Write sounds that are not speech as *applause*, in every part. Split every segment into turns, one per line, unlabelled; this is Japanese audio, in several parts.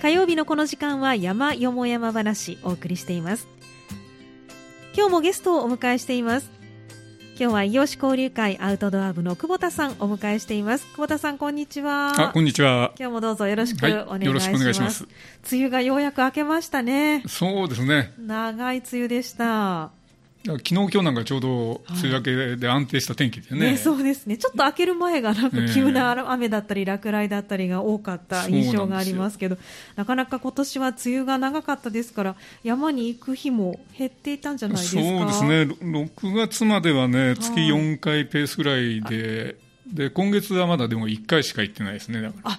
火曜日のこの時間は山よも山話お送りしています今日もゲストをお迎えしています今日は伊予市交流会アウトドア部の久保田さんお迎えしています久保田さんこんにち
あ、
は
こんにちは。
今日もどうぞよろしく
はい
お願いし
よ
ま
ろ
す,、
しくお願いします
梅雨がようやく明けましたね
そうですね。
長い梅雨でした
昨日今日なんかちょうど梅雨明けで安定した天気でね。
ね、そうですね、ちょっと明ける前がなんか
ええ
急な雨だったり、落雷だったりが多かった印象がありますけど、なかなか今年は梅雨が長かったですから、山に行く日も減っていたんじゃないです
そ
か、
うですね。ろ6月まではね、月
はい
4回ペースぐらいで、で、今月はまだでも1回しか行ってないですね。だから。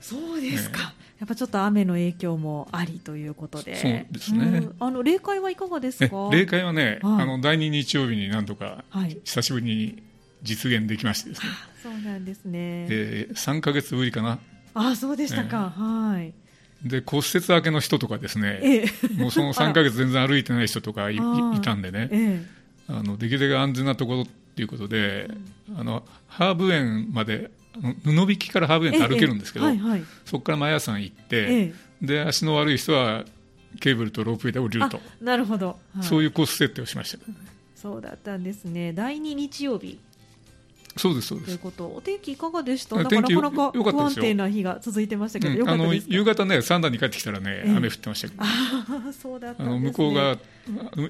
そうですか、やっぱちょっと雨の影響もありということで、
そうですね
んあの霊界はいかがです
え
か、
例会はね、
はい
あの、第2日曜日になんとか、
はい、
久しぶりに実現できましてですね。
そうなんですね、
え3ヶ月ぶりかな。
あそうでしたか、はい、
で、骨折明けの人とかですね。
ええ、
もうその3ヶ月全然歩いてない人
*laughs*
とかいい
はい
いたんでね。
え
あのできるだけ安全なところっていうことで、あのハーブ園まであの布引きからハーブ園
え、
って歩けるんですけど、
ええはいはい、
そこから毎朝行って、
え
で足の悪い人はケーブルとロープウェイで降りる
あ
と、
なるほど、はい
そういうコース設定をしました
そうだったんですね。第二日曜日
そうですそう
と
で
いう
す、
こと。お天気いかがでした？
あ
なんか
天気
なかなか
よか
不
ったで
安
すよ
定な日が続いてましたけど、
うん
よか
あ
った
の
ですか。
夕方ね三段に帰ってきたらね
ええ
雨降ってましたけど、
あ *laughs* あ、そうだった
あ
んです、ね。
の向こう側う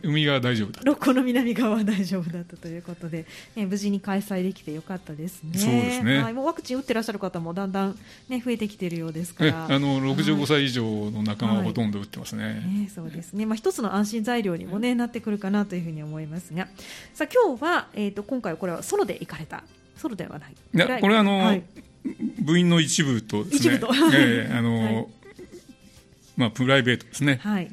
海側は大丈夫だ、
六甲の南側は大丈夫だったということで、ね、無事に開催できてよかったですね。
そうですね
はい、もうワクチン打ってらっしゃる方もだんだんね増えてきているようですか
え
ら。
あの65歳以上の仲間はほとんど打ってますね、
ね、そうですね、まあ、一つの安心材料にも、ね、なってくるかなというふうに思いますが、さあ今日は、えー、と今回、これはソロで行かれた、ソロではない、
いやこれはあの、
はい
部員の一部とですね
一部と
ええあの、
*laughs* はい
まあ、プライベートですね、
はい。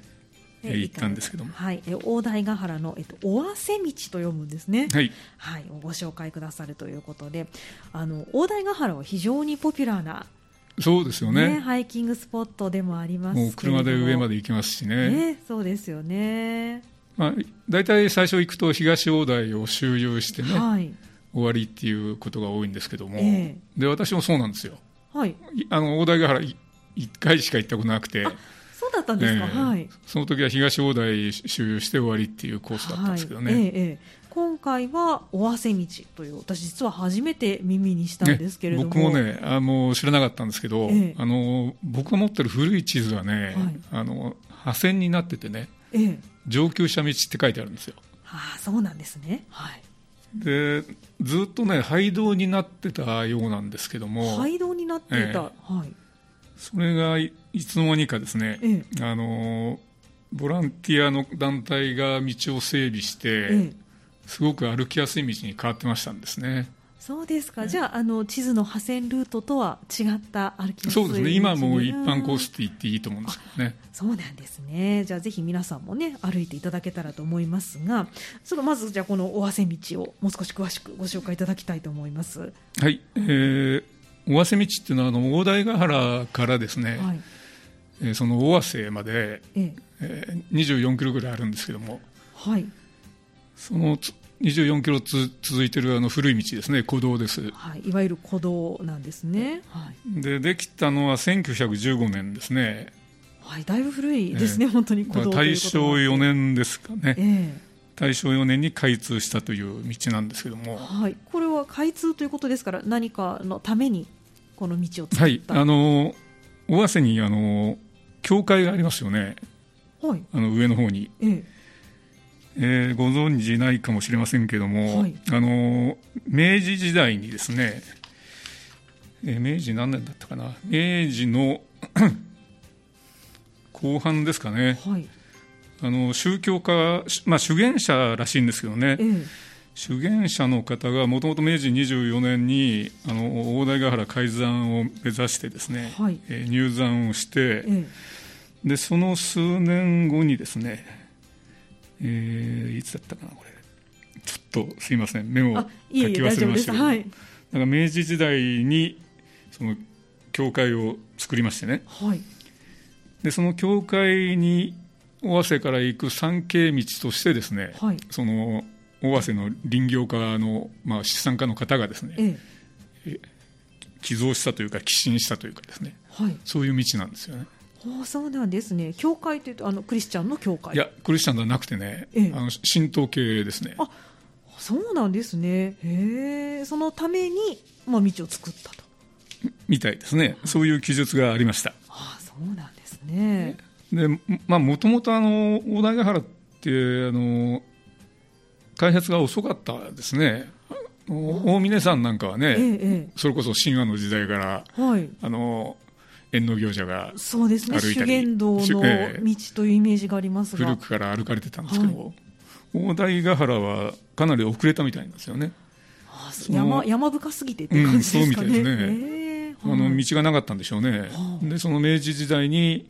えー行ったんですけども
はい、えー大台ヶ原の、えっと、尾鷲道と読むんですね。
はい、
はい、ご紹介くださるということで、あの大台ヶ原は非常にポピュラーな、
そうですよね
ハイキングスポットでもありますけれど
もう車で上まで行きますしね、
ね、そうですよね。
まあ、大体最初行くと東大台を周遊してね、
はい、
終わりっていうことが多いんですけども、
え
で私もそうなんですよ
はい、
いあの大台ヶ原い一回しか行ったことなくて、
そうだったんですか。
ええ
はい。
その時は東大台周遊して終わりっていうコースだったんですけどね、
はいええええ今回は尾鷲道という、私実は初めて耳にしたんですけれども、
僕もねあの知らなかったんですけど、
ええ
あの僕が持ってる古い地図はね、
はい
あの破線になっててね
ええ、
上級者道って書いてあるんですよ
ああ、そうなんですね。はい。
でずっとね廃道になってたようなんですけども、
廃道になっていた、
え
はい、
それがいいつの間にかですね、
え
あのボランティアの団体が道を整備して、
ええ
すごく歩きやすい道に変わってましたんですね。
そうですか、じゃああの地図の破線ルートとは違った歩きやい
そうですね。今もう一般コースっ
うん
て言っていいと思うんですけどね。
そうなんですねじゃあぜひ皆さんもね歩いていただけたらと思いますがちょっとまずじゃあこの尾鷲道をもう少し詳しくご紹介いただきたいと思います、は
はい、えー、尾鷲道っていうのはあの大台ヶ原からですね、
い
えーその尾鷲まで、
ええ
えー24キロぐらいあるんですけども
はい
そのつ24キロつ続いてるあの古い道ですね古道です
はい、いわゆる古道なんですね、はい
でできたのは1915年ですね
はい、だいぶ古いですね、
え
本当に古道という
大
ことも
正
あって
4年ですかね
ええ
大正4年に開通したという道なんですけども
はい、これは開通ということですから何かのためにこの道を作
はい
った、
あの尾鷲にあの教会がありますよね
はい
あの上の方に
え
えーご存知ないかもしれませんけども、
はい
あの明治時代にですね、えー明治何年だったかな明治の *clears throat* 後半ですかね
えはい
あの宗教家、しまあ、修験者らしいんですけどね
ええ
修験者の方がもともと明治24年にあの大台ヶ原開山を目指してですね、
はい
えー入山をして、
ええ
でその数年後にですね、えーいつだったかなこれちょっとすいませんメモを
あ
書き
いえいえ大
忘れ
丈夫
ま
で
し
す
たけど
はい
なんか明治時代にその教会を作りましてね
はい
でその教会に尾鷲から行く参詣道としてですね、
はい
その尾鷲の林業家の、まあ、資産家の方がですね
ええ
寄贈したというか寄進したというかですね
はい
そういう道なんですよね
おーそうなんですね教会というとあのクリスチャンの教会
いやクリスチャンではなくてね、
ええ
あの神道系ですね
あそうなんですねへえそのために、まあ、道を作ったと
みたいですねそういう記述がありました
ああそうなんですね
でまあもともとあの大台ヶ原ってあの開発が遅かったですねあの大峰山なんかはね、
えええ
それこそ神話の時代から
えはい
あの縁の行者が
そうですね
歩い
修
たり
験道の道
ええ
というイメージがあります
古
が
くから歩かれてたんですけど、大台ヶ原はかなり遅れたみたいなんですよね、
あ
その
山山深すぎてっていう感じですかね,、
うんそうみたいですね
ええ
あ
は
の
い
道がなかったんでしょうね、
はあ
でその明治時代に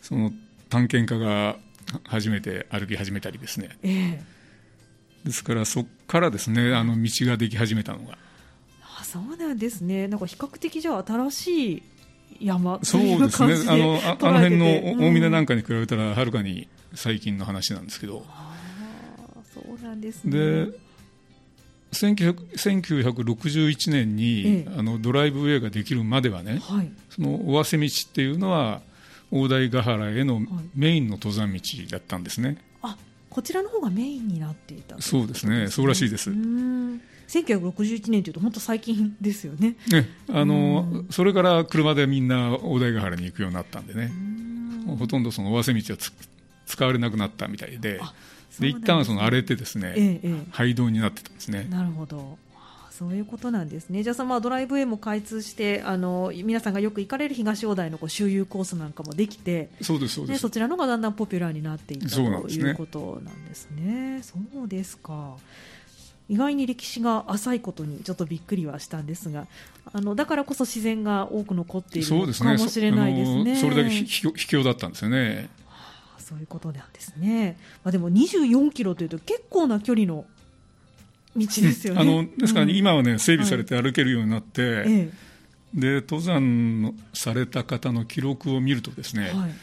その探検家が初めて歩き始めたりですね
ええ
ですからそこからですねあの道ができ始めたのが
あそうなんですねなんか比較的じゃあ新しい山
そう
とい
で
う
す
感
ね
じで
あのああの辺の大峰なんんかに比べたらはるかに最近の話なんですけど
そうなんですね
で1900 1961年に、
ええ
あのドライブウェイができるまではね、
はい
その尾鷲道っていうのは大台ヶ原へのメインの登山道だったんですね、
あこちらの方がメインになっていた
そうですねそうらしいです
うーん1961年というと本当最近ですよね
ねあのそれから車でみんな大台ヶ原に行くようになったんでね
うー、ん
ほとんどその尾鷲道はつ使われなくなったみたいで
あ
で一旦はその荒
れ
れてですね、
ええええ
廃道になってたんですね
なるほど。あーそういうことなんですね。じゃあその、まあ、ドライブウェイも開通して、あの、皆さんがよく行かれる東大台のこう周遊コースなんかもできて、
そうですそう
で
です、
そちらの方がだんだんポピュラーになっていったと
そうなんですね
いうことなんですね。そうですか。意外に歴史が浅いことにちょっとびっくりはしたんですが、あのだからこそ自然が多く残っている
そう
の
です
か
ね
もしれないですね。
そあのそれだけひ卑怯だったんですよね
あーそういうことなんですね。まあでも24キロというと結構な距離の道ですよね。
あのですから、
うん
今はね整備されて歩けるようになって、
え
で登山のされた方の記録を見るとです
え
ね、
はい、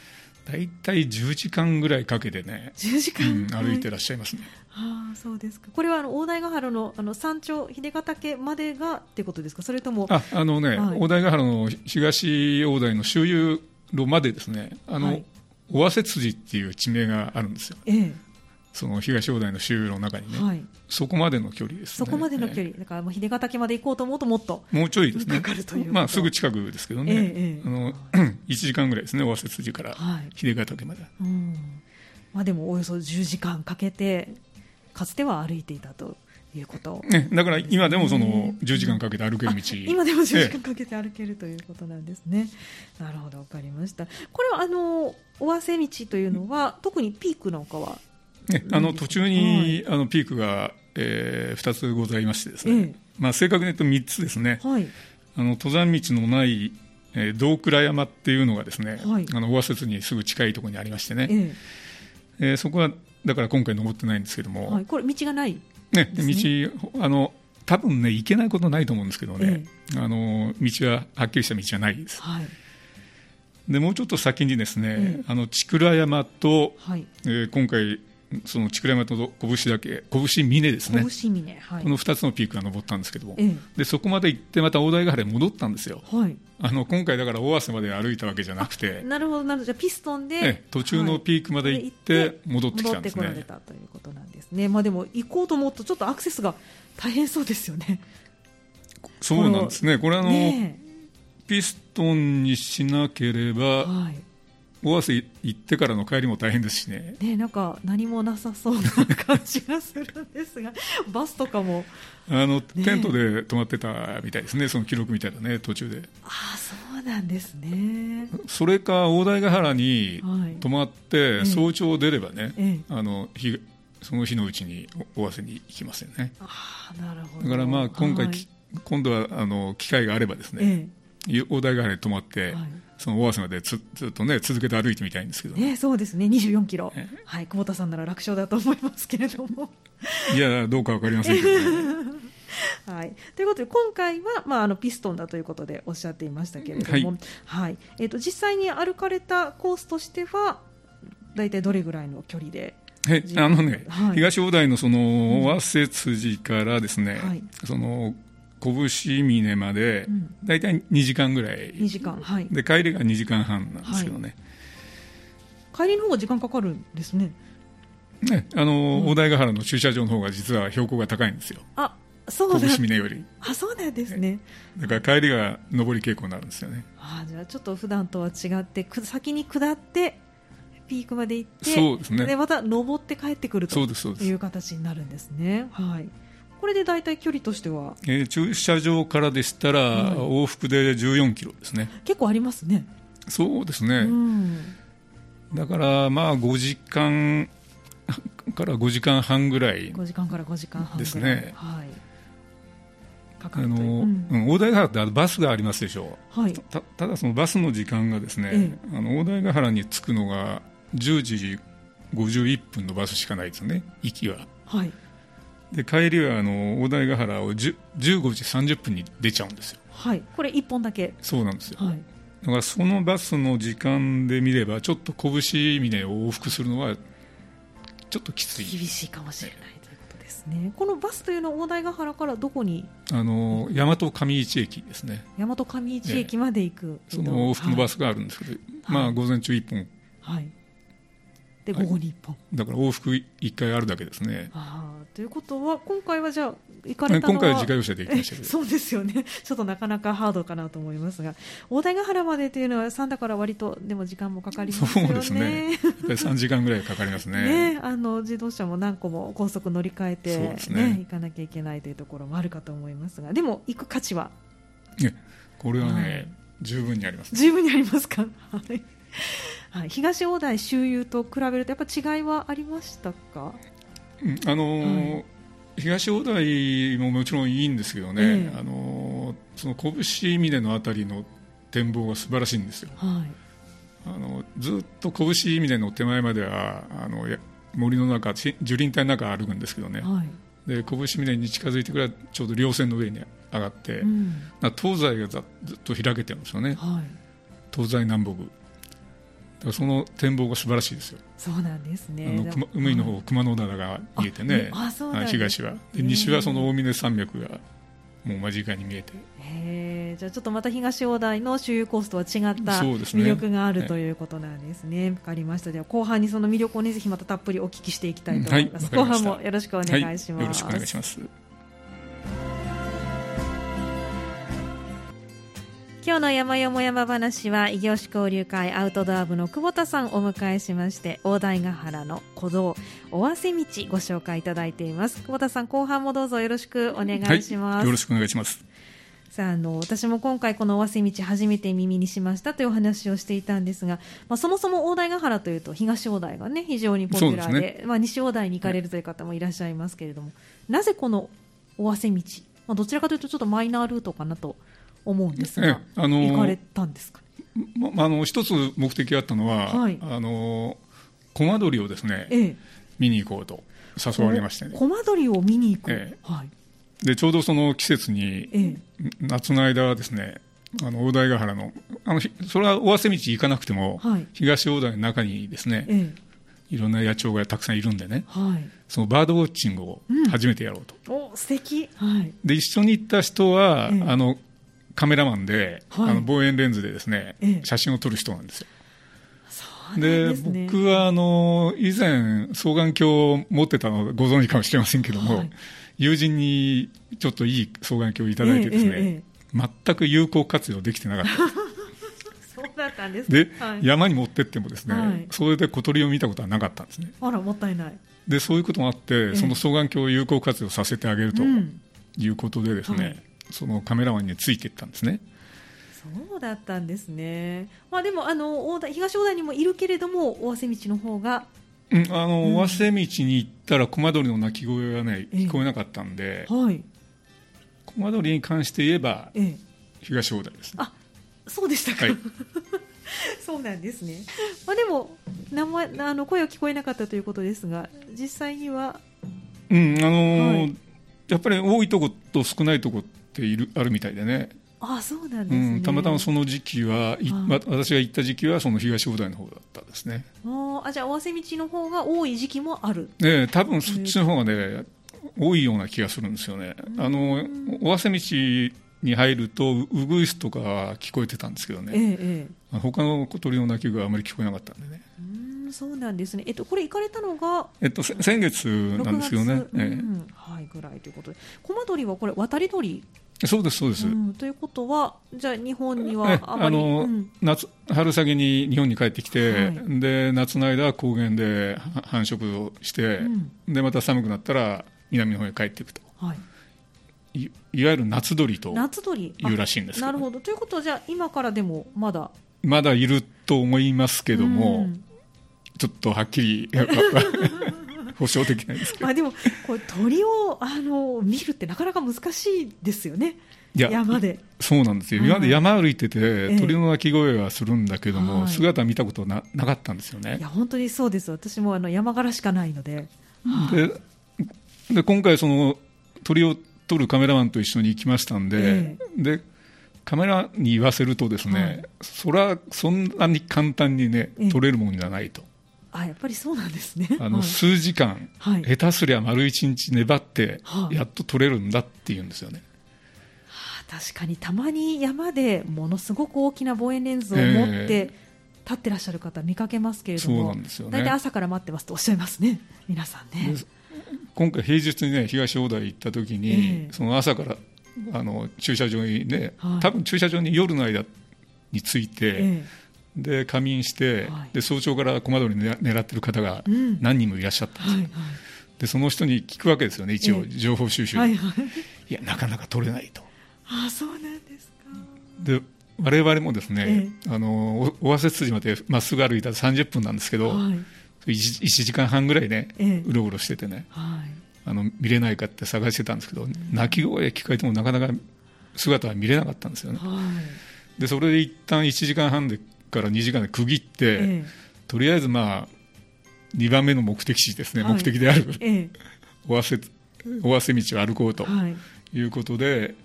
大体10時間ぐらいかけてね、
10時
う
間、
ん、歩いて
る、
らっしゃいますね、
ああそうですかこれはあの大台ヶ原のあの山頂秀ヶ岳までがってことですかそれとも
ああのね、
はい
大台ヶ原の東大台の周遊路までですねあの、
はい
尾鷲筋っていう地名があるんですよ
え
その東大台の周遊路の中に
え
ね、
はい
そこまでの距離ですね
そこまでの距
え
離、だからもう秀ヶ岳まで行こうと思うともっと
えもうちょいですね
かかるということ
まあ、すぐ近くですけどね、
ええええ
あの *laughs* 1時間ぐらいですね尾鷲筋から
はい、
秀ヶ岳まで
うんまあ、でもおよそ10時間かけてかつては歩いていたということ、
ね、だから今でもその
ね
10時間かけて歩ける道
あ今でも10時
え
間かけて歩けるということなんですね、なるほどわかりましたこれはあの尾鷲道というのは特にピークなんかは
えねあの途中にあのピークが、え2つございましてですね、
ええ
まあ、正確に言うと3つですね
はい
あの登山道のない、えー道倉山っていうのがですね、
はい
あの尾鷲にすぐ近いところにありましてね、え
ええ
ーそこはだから今回登ってないんですけども、
はい、これ道がない、
ね、
ですね
道あの多分ね行けないことないと思うんですけどね
え、
あの道ははっきりした道はないです
はい
でもうちょっと先にですね、
ええ
あの千倉山と
はい、
えー今回、その千倉山と拳だけ、拳峰ですね、
拳峰、はい
この2つのピークが登ったんですけども、
ええ
でそこまで行って、また大台ヶ原に戻ったんですよ、
はい、
あの今回、だから尾鷲まで歩いたわけじゃなくて、
なるほど、なるほど、じゃあピストンで、
ええ途中のピークまで行って
はい
戻ってきたんですね
戻ってこられたということなんですね、まあ、でも行こうと思うと、ちょっとアクセスが大変そうですよね。
そうなんですね、これあの、
ね
ピストンにしなけれ
え
ば、
はい
尾鷲行ってからの帰りも大変ですしね、
ねえ、なんか何もなさそうな感じがするんですが、 *laughs* バスとかも、
あのテントで泊まってたみたいですね、その記録みたいなね、途中で。
ああ、そうなんですね、
それか大台ヶ原に
はい
泊まって、
え
早朝出ればね、
ええ
あの日その日のうちにお尾鷲に行きますよね
ああ、なるほど、
だからまあ今回、
はい
き今度はあの機会があればですね、
え
大台ヶ原に泊まって、
えはい
その尾鷲までつずっとね続けて歩いてみたいんですけど、
ねえ、そうですね、24キロ
え、
はい、久保田さんなら楽勝だと思いますけれども。
いやどうか分かりませんけど
*laughs*
ね
はい、ということで今回は、まあ、あのピストンだということでおっしゃっていましたけれども、
は
はいえー、と実際に歩かれたコースとしては大体どれぐらいの距離で、
えあのね、
はい
東大台のその尾鷲筋からですね、
はい
その拳峰まで
うん
大体2時間ぐらい
2時間はい
で帰りが2時間半なんですけどね,、
帰りの方が時間かかるんですね
ねあの大台ヶ原の駐車場の方が実は標高が高いんですよ
あそうだ
拳峰より
あそうなんですね
だから帰りが上り傾向になるんですよね
あじゃあちょっと普段とは違ってく先に下ってピークまで行って
そうですね
また登って帰ってくると
そうですそうです
いう形になるんですねはいこれで大体距離としては
えー駐車場からでした
は
ら
い
往復で14キロですね、
結構ありますね、
そうですね、
うん
だからまあ5時間 *laughs* から5時間半ぐらい、
5時間から5時間半ぐらい
ですね
はいか
あ
かると
の
いううん
ん大台ヶ原ってあのバスがありますでしょ
はい
たただそのバスの時間がですね、
え
あの大台ヶ原に着くのが10時51分のバスしかないですよね行きは
はい
で帰りはあの大台ヶ原を10 15時30分に出ちゃうんですよ
はいこれ1本だけ
そうなんですよ
はい
だからそのバスの時間で見ればちょっと拳峰を往復するのはちょっときつい
厳しいかもしれないということですねこのバスというのは大台ヶ原からどこに
あの大和上市駅ですね
大和上市駅まで行く移
そ
動、
の往復のバ
ス
スがあるんですけど、
はい
まあ午前中1本
はい、はいで午後に1本、
だから往復1回あるだけですね
ああということは今回はじゃあ行かれ
今
たのは
回は自家用車で行きましたけ
え
ど
*laughs* そうですよね、ちょっとなかなかハードかなと思いますが、大台ヶ原までというのは、三だから割とでも時間もかかりますよね、
そうですねやっぱり3時間ぐらいかかりますね
ねあの自動車も何個も高速乗り換えて、
そう
ね
ですね
行かなきゃいけないというところもあるかと思いますが、でも行く価値は *laughs*
ねこれはね、
はい
十分にあります
十分にありますか、 *laughs* はいはい、東大台周遊と比べると、やっぱ違いはありましたか、
うんあのー
は
東大台ももちろんいいんですけどね、
ええ
あのーその拳峰のあたりの展望が素晴らしいんですよ
はい
あのずっと拳峰の手前まではあのや森の中し樹林帯の中歩くんですけどね、
はい
で拳峰に近づいてからちょうど稜線の上に上がって、
うん
だから東西がざずっと開けてるんですよね
はい、
東西南北だからその展望が素晴らしいですよ、
そうなんですね。
あの熊海の方熊野灘が見えてね
ああそうなん
は
で
い
すね
東はで西はその大峰山脈がもう間近に見えて
へえじゃあちょっとまた東大台の周遊コースとは違った
そうですね
魅力があるということなんですね。わ、かりました。では後半にその魅力をねぜひまたたっぷりお聞きしていきたいと思います。
はいわ
後
かり
半
ました
もよろしくお
は
願いします。
よろしくお願いします
今日の山よも山話は異業種交流会アウトドア部の久保田さんをお迎えしまして大台ヶ原の古道尾鷲道ご紹介いただいています久保田さん後半もどうぞよろしくお願いします、
はい、よろしくお願いします
さああの私も今回この尾鷲道初めて耳にしましたというお話をしていたんですが、まあ、そもそも大台ヶ原というと東大台がね非常にポピュラー
そう
で
で
まあ、西大台に行かれるという方もいらっしゃいますけれども、なぜこの尾鷲道、まあ、どちらかというとちょっとマイナールートかなと思うんですが、
ええあのー
行かれたんですかね
ままあの一つ目的があったのは、
はい
あのコマ撮りをですね、
ええ、
見に行こうと誘われましてね
コマ撮りを見に行く、
え
はい
でちょうどその季節に
ええ、
夏の間はですねあの大台ヶ原のあのひそれは尾鷲道行かなくても、
はい
東大台の中にですね
ええ、
いろんな野鳥がたくさんいるんでね
はい
そのバードウォッチングを
うん
初めてやろうと、
お素敵はい
で一緒に行った人は、
ええ
あのカメラマンで、
はい
あの望遠レンズでですね、
ええ
写真を撮る人なんですよ
そう
で
なんですね
僕はあの以前双眼鏡を持ってたのご存知かもしれませんけども、
はい
友人にちょっといい双眼鏡をいただいてですね、
えええ
全く有効活用できてなかった
*laughs* そうだったんですね
で、
はい、
山に持ってってもですね、
はい
それで小鳥を見たことはなかったんですね
あらもったいない
でそういうこともあって、
え
その双眼鏡を有効活用させてあげると
うん
いうことでですね、
はい
そのカメラマンについていったんですね
そうだったんですね。まあでもあの大台東大台にもいるけれども大瀬道の方が
うんあの、
うん
早瀬道に行ったらコマドリの鳴き声がね
ええ
聞こえなかったんで、
はい。
コマドリに関して言えば
ええ、
東大台ですね
あそうでしたか。
はい
*laughs* そうなんですね。まあでも名前あの声は聞こえなかったということですが、実際には
うんあのー
はい
やっぱり多いとこと少ないとこっているあるみたいでね
あそうなんです
う
ね。
ん、たまたまその時期はい
あ
わ私が行った時期はその東大台の方だったですね
あーあじゃあ大瀬道の方が多い時期もある。
ねえ多分そっちの方がね、多いような気がするんですよね。あの尾鷲道に入るとウウグイスとか聞こえてたんですけど
え
ね、
ええ
他の小鳥の鳴き声はあまり聞こえなかったんでね、
え、うーんそうなんですね、えっと、これ、行かれたのが
えっと、せ先月
6
なんで
月
すけどね、
う
え
んはい、ぐらいということで、コマドリはこれ、渡り鳥、
えそうです、そうです、
うんということは、じゃあ、日本に
ええ
はあまり、
の
うん
夏春先に日本に帰ってきて、
はい
で夏の間、高原では繁殖をして、でまた寒くなったら南の方へ帰っていくと、
はい、
いいわゆる夏鳥と
夏鳥、あ
いうらしいんですけど
なるほどということは、じゃあ、今からでもまだ、
まだいると思いますけど
う
も、
ん
ちょっとはっきり
*laughs*
保証できないですけど
まあ、でも、これ鳥をあの見るってなかなか難しいですよね、
いや
山で。
そうなんですよ、
はい
今まで山歩いてて、
え
鳥の鳴き声はするんだけども、
はい
姿見たことななかったんですよね
いや本当にそうです、私もあの山柄しかないので、
でで今回その鳥を撮るカメラマンと一緒に行きましたんで,、でカメラに言わせるとですね、
はい
それはそんなに簡単にね
ええ
撮れるもんじゃないと、
あやっぱりそうなんですね。
あ
は
の
い
数時間、
はい
下手すりゃ丸一日粘って
はい
やっと撮れるんだっていうんですよね、
あ確かにたまに山でものすごく大きな望遠レンズを持って立ってらっしゃる方見かけますけれど
そう
も、
なんですよね
大体朝から待ってますとおっしゃいますね皆さんね
で今回平日にね東大台行った時に、
ええ
その朝からあの駐車場にね、
はい
多分駐車場に夜の間に着いて、
え
で仮眠して、
はい
で早朝からコマドリ狙狙ってる方が
うん
何人もいらっしゃっ
え
たんです
は
よ、
いはい
でその人に聞くわけですよね一応
ええ
情報収集で、
はい
い、
はい
やなかなか取れないと
あそうなんですか
で我々もですね、あのお尾鷲筋までまっすぐ歩いたら30分なんですけど、
はい
一 1, 時間半ぐらいね、
ええ
うろうろしててね
はい
あの見れないかって探してたんですけど、鳴き声聞かれてもなかなか姿は見れなかったんですよね、
はい
でそれで一旦1時間半でから2時間で区切って、
え
とりあえず、まあ、2番目の目的地ですね、
はい
目的である *laughs*
ええ
尾鷲尾鷲道を歩こう
え
と
はい
いうことで、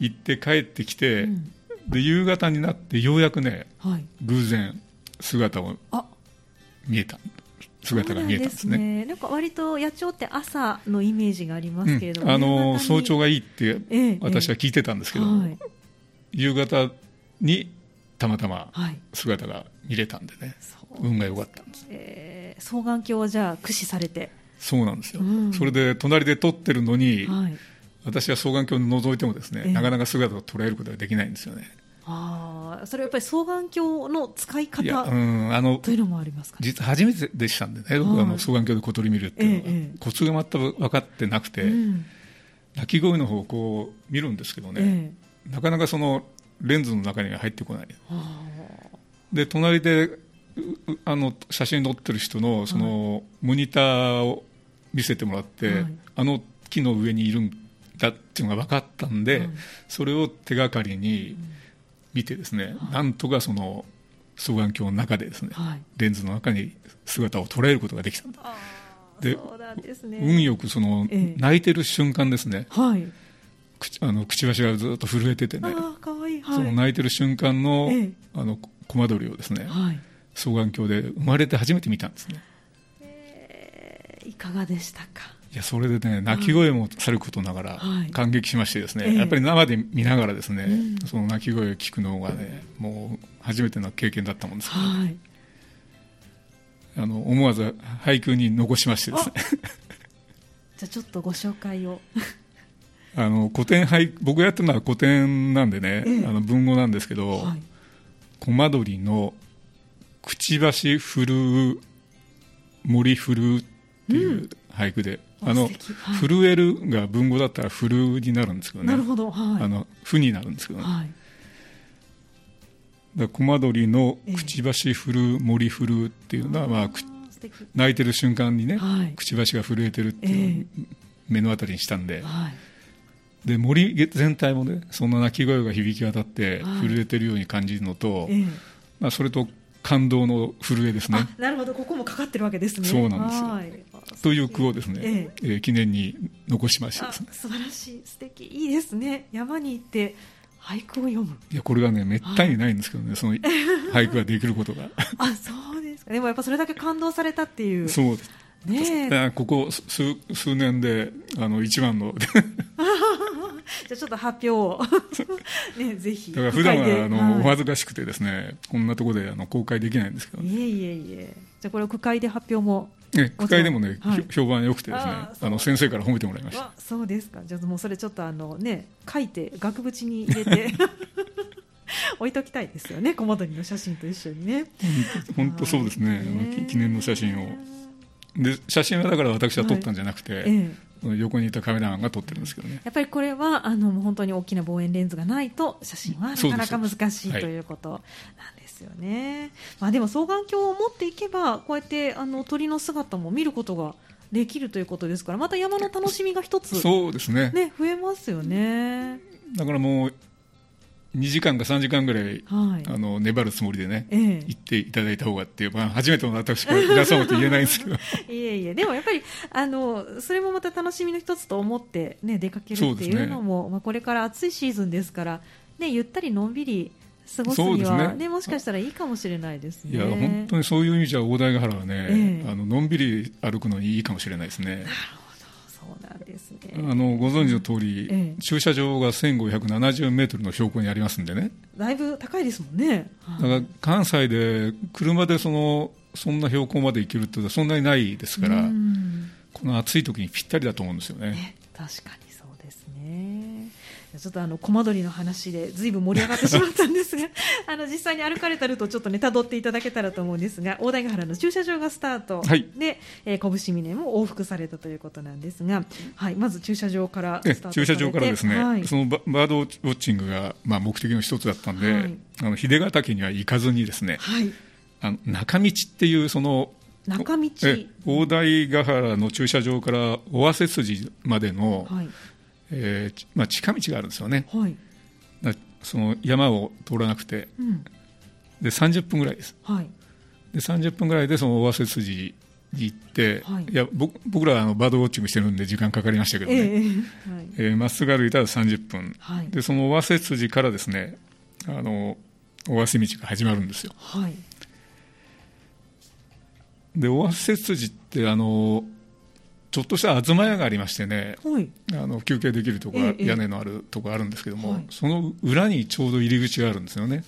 行って帰ってきて、
うん
で夕方になってようやくね、
はい
偶然、姿を
あ
見えた、姿が見えたんですね。
そうなんなんか割と野鳥って朝のイメージがありますけれど
うん
も、
あの早朝
が
がいいって
ええ
私は聞いてたんですけど、
はい
夕方にたまたま
はい
姿が見れたんでね、
そう
運が良かったんです、
えー双眼鏡をじゃあ駆使されて、
そうなんですよ、
うん
それで隣で撮ってるのに、
はい、
私は双眼鏡を覗いても、ですね、
ええ
なかなか姿を捉えることができないんですよね。
ああそれはやっぱり双眼鏡の使い
いやう
方
んあの
というのもありますかね。
実は初めてでしたんでね、僕
はい
はあの双眼鏡で小鳥見るっていうのが、
ええええ
コツが全く分かってなくて、
うん
鳴き声の方をこう見るんですけどね、
ええ
なかなかそのレンズの中には入ってこない、
あ
で隣でううあの写真撮ってる人のその、モニターを見せてもらって、
はい
あの木の上にいるんだっていうのが分かったんで、
はい
それを手がかりに見てですね、なんとかその双眼鏡の中でですね、
ーはい、
レンズの中に姿を捉えることができたんだ、
あー
で
そうなんですね。
運よくその、
ええ
泣いてる瞬間ですね
はい、
口あのくちばしがずっと震えててね、
ああ可愛いは
その
い、
泣いてる瞬間の,、
ええ
あのココマ撮りをですね、
はい
双眼鏡で生まれて初めて見たんですね
えーいかがでしたか。
いやそれでね泣き声もさることながら
はい
感激しましてですね、
ええ
やっぱり生で見ながらですね、
うん
その泣き声を聞くのがねもう初めての経験だったもんですから、
はい、
あの思わず俳句に残しましてですね
じゃあちょっとご紹介を。
*laughs* あの古典俳僕がやってるのは古典なんでね、
ええ
あの文語なんですけど、
はい、
コマドリのくちばし振るう森振るうっていう俳句で、
あ
あの、
素敵はい
震えるが文語だったら振るうになるんですけどね
なるほどはい
あの負になるんですけどね、
はい、
だからコマドリのくちばし振るう森振るうっていうのは、まあ、く
あー素敵
泣いてる瞬間にね、
はい
くちばしが震えてるっていうのを目の当たりにしたんで、
はい、
で森全体もねその鳴き声が響き渡って
はい
震えてるように感じるのと、
ええ
まあ、それと感動の震えですね
あなるほどここもかかってるわけですね。
そうなんですよ
はいあー
という句をですね、
え
えー記念に残しました
あ
ですね
素晴らしい素敵いいですね山に行って俳句を読む
いやこれがねめったにないんですけどねその俳句ができることが
あそうですかでもやっぱそれだけ感動されたっていう
そうです
ねえ
えーここ数数年であの一
*laughs*
番のだ
じゃあちょっと発表を *laughs* ねぜひ
から普段
議会で
はあの
はい
お恥ずかしくてですねこんなところであの公開できないんですけど、ね
いえいえいえじゃあこれを区会で発表も
ね、区会でもね、
はい
ひょ評判良くてですね
あー
あ
そう
の先生から褒めてもらいました
わそうですかじゃあもうそれちょっとあのね書いて額縁に入れ
*laughs*
て置いときたいですよね小戻りの写真と一緒にね
本当そうですね、
はい
あの記記念の写真をで写真はだから私は撮ったんじゃなくて、
ええ
その横にいたカメラマンが撮ってるんですけどね
やっぱりこれはあのもう本当に大きな望遠レンズがないと写真はなかなか
そうです
難しい
はい
ということなんですよね、まあ、でも双眼鏡を持っていけばこうやってあの鳥の姿も見ることができるということですからまた山の楽しみが一つ、
そうですね
*laughs* ね、増えますよね。
だからもう2時間か3時間ぐらい
はい
あの粘るつもりでね
ええ
行っていただいた方がっていう、まあ、初めての私から皆さんと言えないん
*laughs*
ですけど
いえいえでもやっぱりあのそれもまた楽しみの一つと思って、ね、出かけ
そ
るっ
うで
て
す
いう
ね
のもまあ、これから暑いシーズンですから、ね、ゆったりのんびり過ごす
そう
に
です
は、ね
ね
もしかしたらいいかもしれないですね。
いや本当にそういう意味じゃ大台ヶ原はね、
ええ
あののんびり歩くのにいいかもしれないですね
そうなんですね
あのご存知の通
え
り、
え
駐車場が1570メートルの標高にありますんでね
だいぶ高いですもんね。
だから関西で車でそのそんな標高まで行けるってことはそんなにないですから、
うん
この暑い時にぴったりだと思うんですよね。
ね確かにそうですね。いやちょっとあのコマ撮りの話でずいぶん盛り上がってしまったんですが、 *laughs* あの実際に歩かれたルートをちょっとね辿っていただけたらと思うんですが、大台ヶ原の駐車場がスタート、
はい
で、えー、拳峰も往復されたということなんですが、はいまず駐車場から
え
スタートされて
駐車場からですね、
はい
そのババードウォッチングが、まあ、目的の一つだったんで、
はい
あの秀ヶ岳には行かずにですね
はい
あの中道っていうその
中道
え大台ヶ原の駐車場から尾鷲筋までの、
はい
えーちまあ、近道があるんですよね
はい、
だその山を通らなくて
うん、
で30分ぐらいです
はい
で30分ぐらいでその尾鷲筋に行って、
はい
い、や僕僕らあのバードウォッチングしてるんで時間かかりましたけど
ええ
ね
ええはい
えーま、っすぐ歩いたら30分
はい
でその尾鷲筋からですねあの尾鷲道が始まるんですよ
はい
で尾鷲筋ってあのちょっとした東屋がありましてね
はい
あの休憩できるとこが、
ええ
屋根のあるとこがあるんですけども、
はい
その裏にちょうど入り口があるんですよね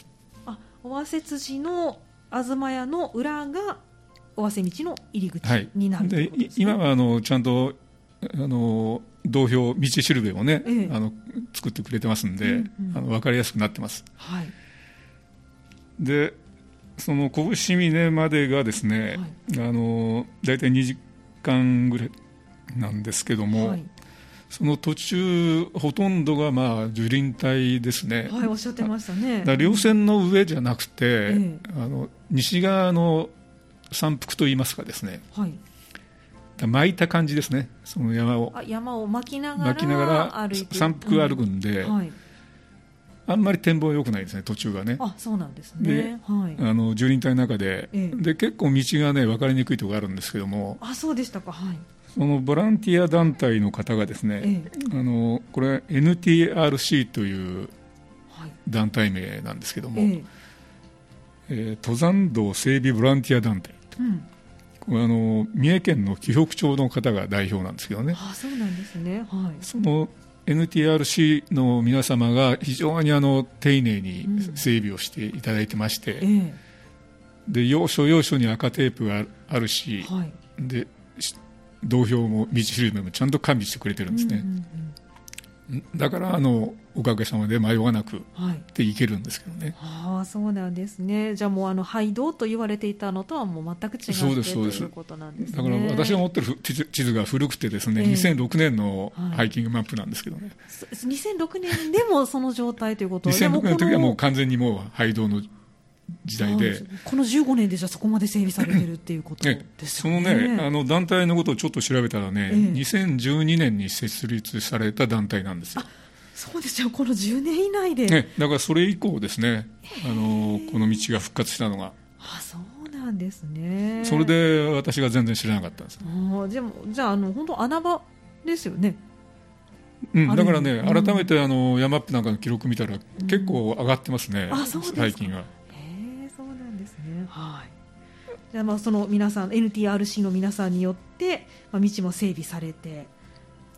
あ尾鷲筋の東屋の裏が尾鷲道の入り口
はい、
になるとい
で
うことですね、
今はあのちゃんとあの道標、道しるべをね、
ええ
あの作ってくれてますんで、
うんうん
あの分かりやすくなってます。
はい
でその拳峰までがですね、あの大体2時間ぐらいなんですけども、
はい
その途中ほとんどがまあ樹林帯ですね、
はい、おっしゃってましたね
だから稜線の上じゃなくて、
え
あの西側の山腹といいますかですね
はい、
だから巻いた感じですねその山を
あ山を巻きながら
泣きながら
歩いて
山腹歩く
ん
んで、
はい、
あんまり展望良くないですね、途中がね、あ
あそうなんですねはい
の樹林帯の中で、
ええ
で結構道がね分かりにくいところがあるんですけども、
あそうでしたかはい
そのボランティア団体の方がですね、
え
あのこれ、NTRC という
はい
団体名なんですけども、
ええ
えー登山道整備ボランティア団体、
うん
これあの三重県の紀北町の方が代表なんですけどね。
あそうなんですねはい
その NTRC の皆様が非常にあの丁寧に整備をしていただいてまして、
え
で要所要所に赤テープがあるし
え、はい
でし道標も道しるべもちゃんと管理してくれてるんですね
うん、うん
だからあのおかげさまで迷わなく
うんはい
で行けるんですけどね
ああそうなんですねじゃあもうあの廃道と言われていたのとはもう全く違って
そうですそうです
ということなんですね
だから私が持ってるふ地図地図が古くてですね、
ええ
2006年の
はい
ハイキングマップなんですけどね、
そ2006年でもその状態という
*laughs*
ことは
2006年の時はも
で
う
こ
完全にもう廃道の時代で、
はいこの15年でじゃあそこまで整備されてるっていうこと
ね
です
そ
よ
の
ね
ね、あの団体のことをちょっと調べたらね、
ええ
2012年に設立された団体なんですよ、
そうですよこの10年以内で、
ね、だからそれ以降ですね、あのこの道が復活したのが、
あそうなんですね
それで私が全然知らなかったんです、
ああじゃあもうじゃああの本当穴場ですよね
うん
ある
だ
意味
からね、
うん
改めてあの山っぺなんかの記録見たら、結構上がってますね
あそうです、か
最近は。
へえそうなんですねはいまあ、その皆さん NTRC の皆さんによって、まあ、道も整備されて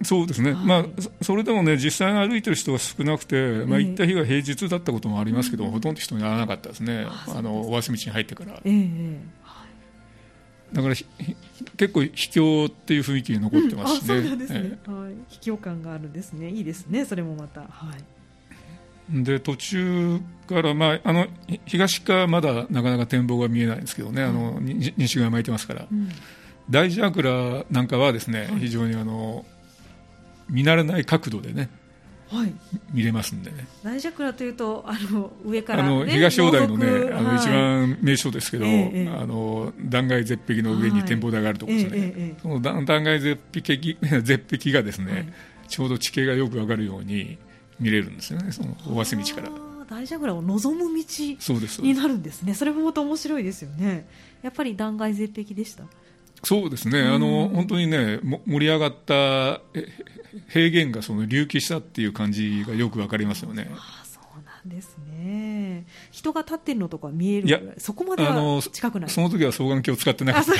そうですね、はい、まあ、それでもね、実際に歩いてる人が少なくて、まあ、行った日が平日だったこともありますけど、えー、ほとんど人にならなかったですね、あ,あの大橋道に入ってから。、
えーはい
だから結構、秘境っていう雰囲気に残ってますね。うん、
そうなんですね、えー、はい、秘境感があるんですね、いいですね、それもまた。はい
で途中から、まあ、あの東側まだなかなか展望が見えないんですけどね、うん、あの西側巻いてますから、うん、大蛇倉なんかはですね、はい、非常にあの見慣れない角度でね、
はい、
見れますんでね
大蛇倉というとあの上から、
ね、あの東大台のねあの一番名所ですけど、はい、あの断崖絶壁の上に展望台があるところですね、はい、その断崖絶壁 *laughs* 絶壁がですね、ちょうど地形がよくわかるように。見れるんですよね、その大橋道から。
大蛇倉を望む道になるんですねそれもまた面白いですよね、やっぱり断崖絶壁でした
そうですね、あの本当にね、盛り上がった平原がその隆起したっていう感じがよくわかりますよね。
あそうなんですね人が立ってるのとか見えるいやそこまでは近くない
その時は双眼鏡を使ってな
*laughs*
かった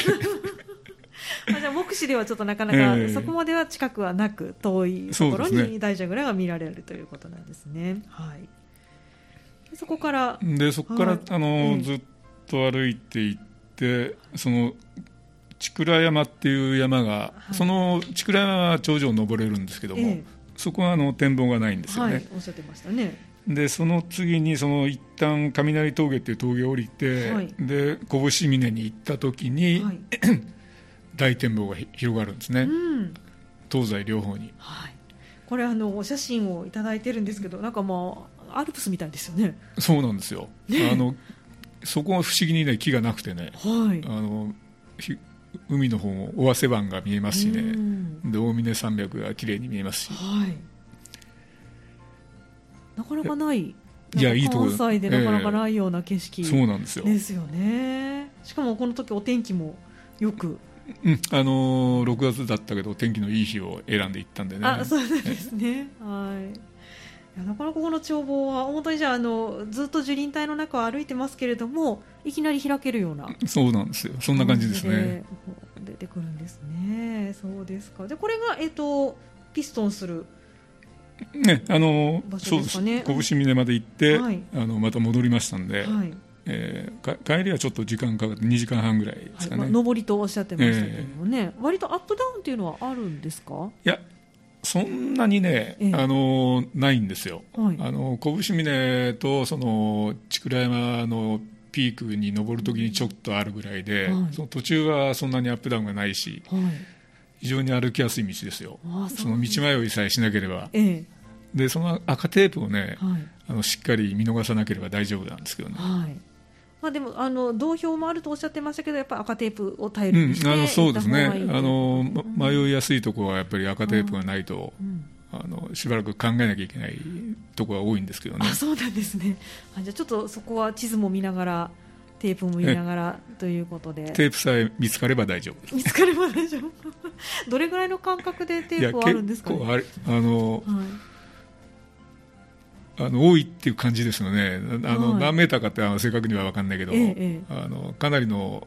あじゃあ目視ではちょっとなかなか、そこまでは近くはなく遠いところに大蛇ぐらいが見られるということなんですね。そ、ね、はい、そこから
でそこから、はい、あのずっと歩いていってその千倉山っていう山が、はい、その千倉山は頂上登れるんですけども、ええ、そこはあの展望がないんですよね。はい、
おっしゃってましたね
でその次にその一旦雷峠っていう峠を降りて、はい、で拳峰に行った時に、はい大展望が広がるんですね、うん、東西両方に、
はい、これあのお写真をいただいてるんですけどなんかもうアルプスみたいですよね
そうなんですよ、ね、あのそこは不思議にね木がなくてね、
はい、
あの海の方も尾鷲湾が見えますしね、うん、で大峰山脈が綺麗に見えますし、
はい、なかなかない
いやいいとこ
関西でなかなかないような景色、えー、
そうなんですよ
ですよねしかもこの時お天気もよく
うん、あのー、6月だったけど天気のいい日を選んでいったんでね。
あそうなんですね、はいいやなかなかこの眺望は本当にじゃあのずっと樹林帯の中を歩いてますけれどもいきなり開けるような
そうなんですよそんな感じですね
出てくるんですねそうですかでこれが、えーと、とピストンする
ねあのー、そうですね拳峰まで行って、はい、あのまた戻りましたんで、
はい
えー、帰りはちょっと時間かかって2時間半ぐらいですかね、はい
まあ、上りとおっしゃってましたけどもね、えー、割とアップダウンっていうのはあるんですか
いやそんなにね、えー、あのないんですよ、はい、あの拳峰とその千倉山のピークに登るときにちょっとあるぐらいで、はい、その途中はそんなにアップダウンがないし、非常に歩きやすい道ですよその道迷いさえしなければ、
えー、
でその赤テープをね、あのしっかり見逃さなければ大丈夫なんですけどね、
まあ、でもあの同票もあるとおっしゃってましたけどやっぱ赤テープを頼りにして、うん、
あのそうですねあの、迷いやすいところはやっぱり赤テープがないと、あのしばらく考えなきゃいけないところが多いんですけどね
あそうなんですねあじゃちょっとそこは地図も見ながらテープも見ながらということで
テープさえ見つかれば大丈夫
見つかれば大丈夫 *laughs* どれぐらいの間隔でテープはあるんですか、ね、
あれあの、はいあの多いっていう感じですよね、あの、はい、何メーターかってあの正確には分かんないけど、
ええ、
あのかなりの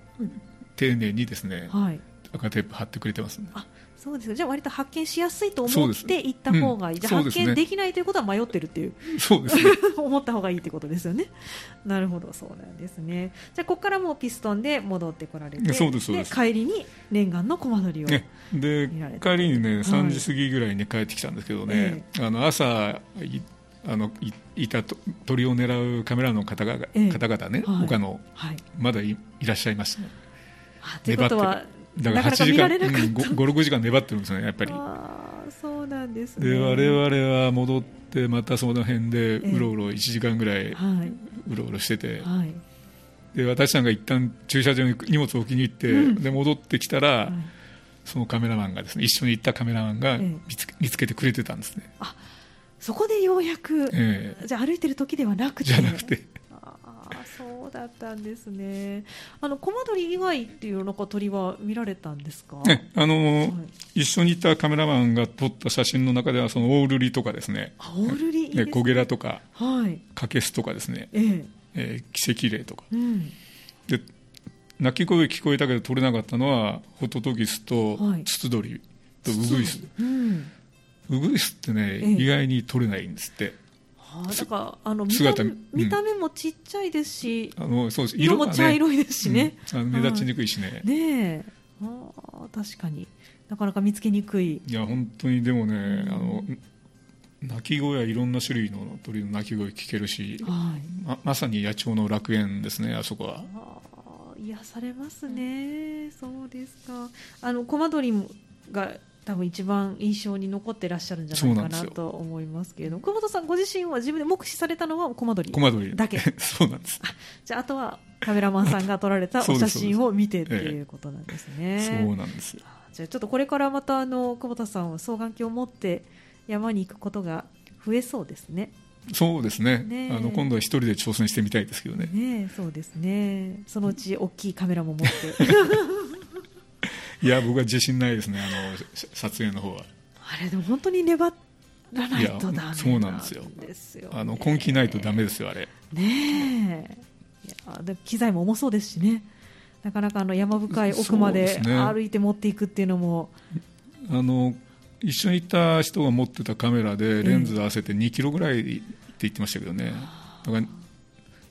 丁寧にですね、
はい、
赤テープ貼ってくれてます、ね、
あそうですじゃあ割と発見しやすいと思って行った方がいい、うん、じゃあ発見できないということは迷ってるって
*laughs*
いう、
そうですね、
*laughs* 思った方がいいってことですよね、なるほど、そうなんですね、じゃあここからもうピストンで戻ってこられて、
そうですそうです
帰りに念願の駒乗りを見ら
れて、ね、で帰りにね、3時過ぎぐらいに帰ってきたんですけどね、はい、あの朝、あのいいたと鳥を狙うカメラの方が、ええ、方々ね、はい、他の、
はい、
まだいいらっしゃいました、ね、
ということは
だから8時間56時間粘ってるんですねやっぱり
あそうなんです、
ね、で我々は戻ってまたその辺でうろうろ1時間ぐらい、え
はい、
うろうろしてて、
はい、
で私なんか一旦駐車場に荷物を置きに行って、うん、で戻ってきたら、はい、そのカメラマンがですね一緒に行ったカメラマンが見つ,、見つけてくれてたんですね
あそこでようやく、
え
ー、じゃ歩いてる時ではなくて。
じゃなくて
あそうだったんですね。あのコマドリ以外っていうなんか鳥は見られたんですか。
ね、あのーはい、一緒にいたカメラマンが撮った写真の中ではそのオールリとかですね。
オールリいい、ね、
コゲラとか、
はい、
カケスとかですね。
えー、
えー、奇跡霊とか。
うん、
で鳴き声聞こえたけど取れなかったのはホトトギスとツツドリとウグイス、
うん、
ウグイスってね、
ええ
意外に取れないんですって
はあ、だからあの見た
姿
目
うん
見た目もちっちゃいですし、
あのそうです
色も
がね
茶色いですしね。
うんあの目立ちにくいしね、
ねえああ確かになかなか見つけにくい。
いや本当にでもねあの鳴き声はいろんな種類の鳥の鳴き声聞けるし
はい。
ままさに野鳥の楽園ですねあそこは
ああ癒されますね。そうですか。あのコマドリが多分一番印象に残ってらっしゃるんじゃないか
そうなん
な
ですよ
と思いますけれども、久保田さんご自身は自分で目視されたのはコマドリ。
コマドリ
だけ
*laughs* そうなんです、
じゃああとは *laughs* カメラマンさんが撮られたお
そうで
写
すそうです
真を見てっていうことなんですね。
そうなんです
じゃあちょっとこれからまたあの久保田さんは双眼鏡を持って山に行くことが増えそうですね。
そうですね
ねえ
あの今度は一人で挑戦してみたいですけどね
ねえそうですね。そのうち大きいカメラも持って。
いや僕は自信ないですねあのし撮影の方は
あれでも本当に粘らないとダメ
いやそうなんですよ
ですよね
あの根気ないとダメですよあれ
ねえ。いやで機材も重そうですしね。なかなかあの山深い奥ま
そう
で
ですね
歩いて持っていくっていうのも、
あの一緒にいた人が持ってたカメラでレンズ合わせて2キロぐらいって言ってましたけどね、だから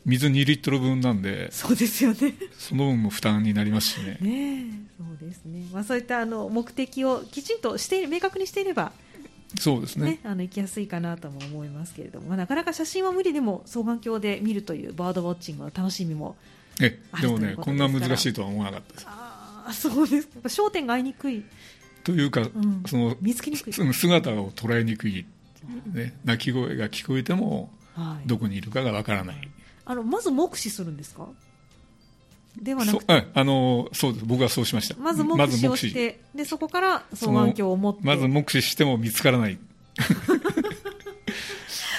水2リットル分なんで
そうです
*laughs*
よね。
その分も負担になりますしね
ねえ、そうですね。まあそういったあの目的をきちんとしている明確にしていれば
そうですね
ね、あの行きやすいかなとも思いますけれども、まあ、なかなか写真は無理でも双眼鏡で見るというバードウォッチングの楽しみも
ええでも
あるという
ね
こ
ことん
ですから
な難しいとは思わなかったです
ああそうですやっぱ焦点が合いにくい
というか、
ん
その
見つけにくい
その姿を捉えにくい、ね、鳴き声が聞こえても
はい
どこにいるかがわからない
あのまず目視するんですかではな
そう
くて
ああのそうです僕はそうしました
まず目視をして、でそこから双
その
眼鏡を持って
まず目視しても見つからない、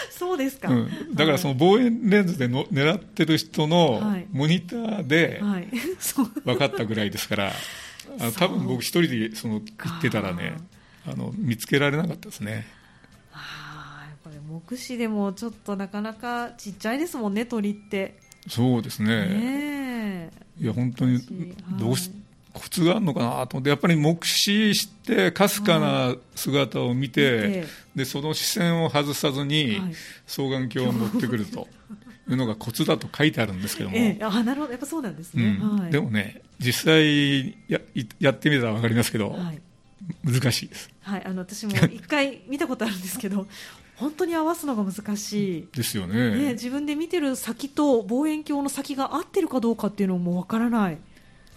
そうですか、
うん、だからそ
の
の望遠レンズでの狙ってる人の
はい
モニターで
はい、そう *laughs*
分かったぐらいですから、あの多分僕一人でその行ってたらねあの見つけられなかったですね
ああやっぱり目視でもちょっとなかなかちっちゃいですもんね鳥って
そうです
ね
ね
え
いや本当に
はい
どうし、コツがあるのかなと思ってやっぱり目視してかすかな姿を見て、
見て
でその視線を外さずに
はい
双眼鏡を持ってくるというのがコツだと書いてあるんですけども、
ええ、あなるほどやっぱそうなんです
う
ね、
ん
はい、
でもね実際やいやってみたら分かりますけど、
はい
難しいです
はい、あの私も一回見たことあるんですけど本当に合わすのが難し
ですよ
い、ね、
ね
自分で見てる先と望遠鏡の先が合ってるかどうかっていうのもわからない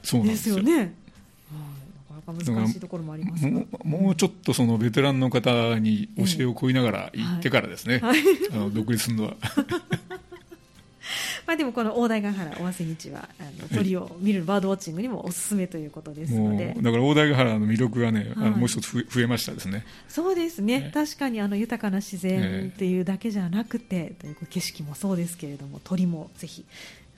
そうなん
で
ですす
よ
よ
ね。はい、なかなか難しいところもありますが
もうもうちょっとそのベテランの方に教えを請いながら
ええ
行ってからですね、
はい
あの独立するのは
まあ、でもこの大台ヶ原尾鷲日はあの鳥を見るバードウォッチングにもおすすめということです
も
の
う
で
だから大台ヶ原の魅力がね、あ
は
の
い
もう一つ増え増えましたですね
そうですね
ええ
確かにあの豊かな自然
ええ
っていうだけじゃなくて、という景色もそうですけれども鳥もぜひ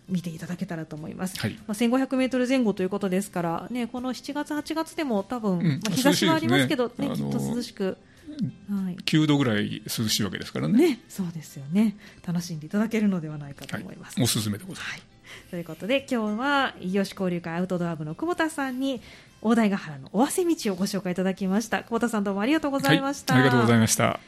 見ていただけたらと思います、
はい
まあ、1500メートル前後ということですから、ね、この7月、8月でも多分、
ん
まあ、日差しはありますけど、ね
涼しいです
き
ね
っと涼しく、はい
9度ぐらい涼しいわけですからね
ね、そうですよね楽しんでいただけるのではないかと
はい
思います。、
おすすめでございます、
ということで今日は伊予市交流会アウトドア部の久保田さんに大台ヶ原の尾鷲道をご紹介いただきました久保田さんどうもありがとうございました、
はい、ありがとうございました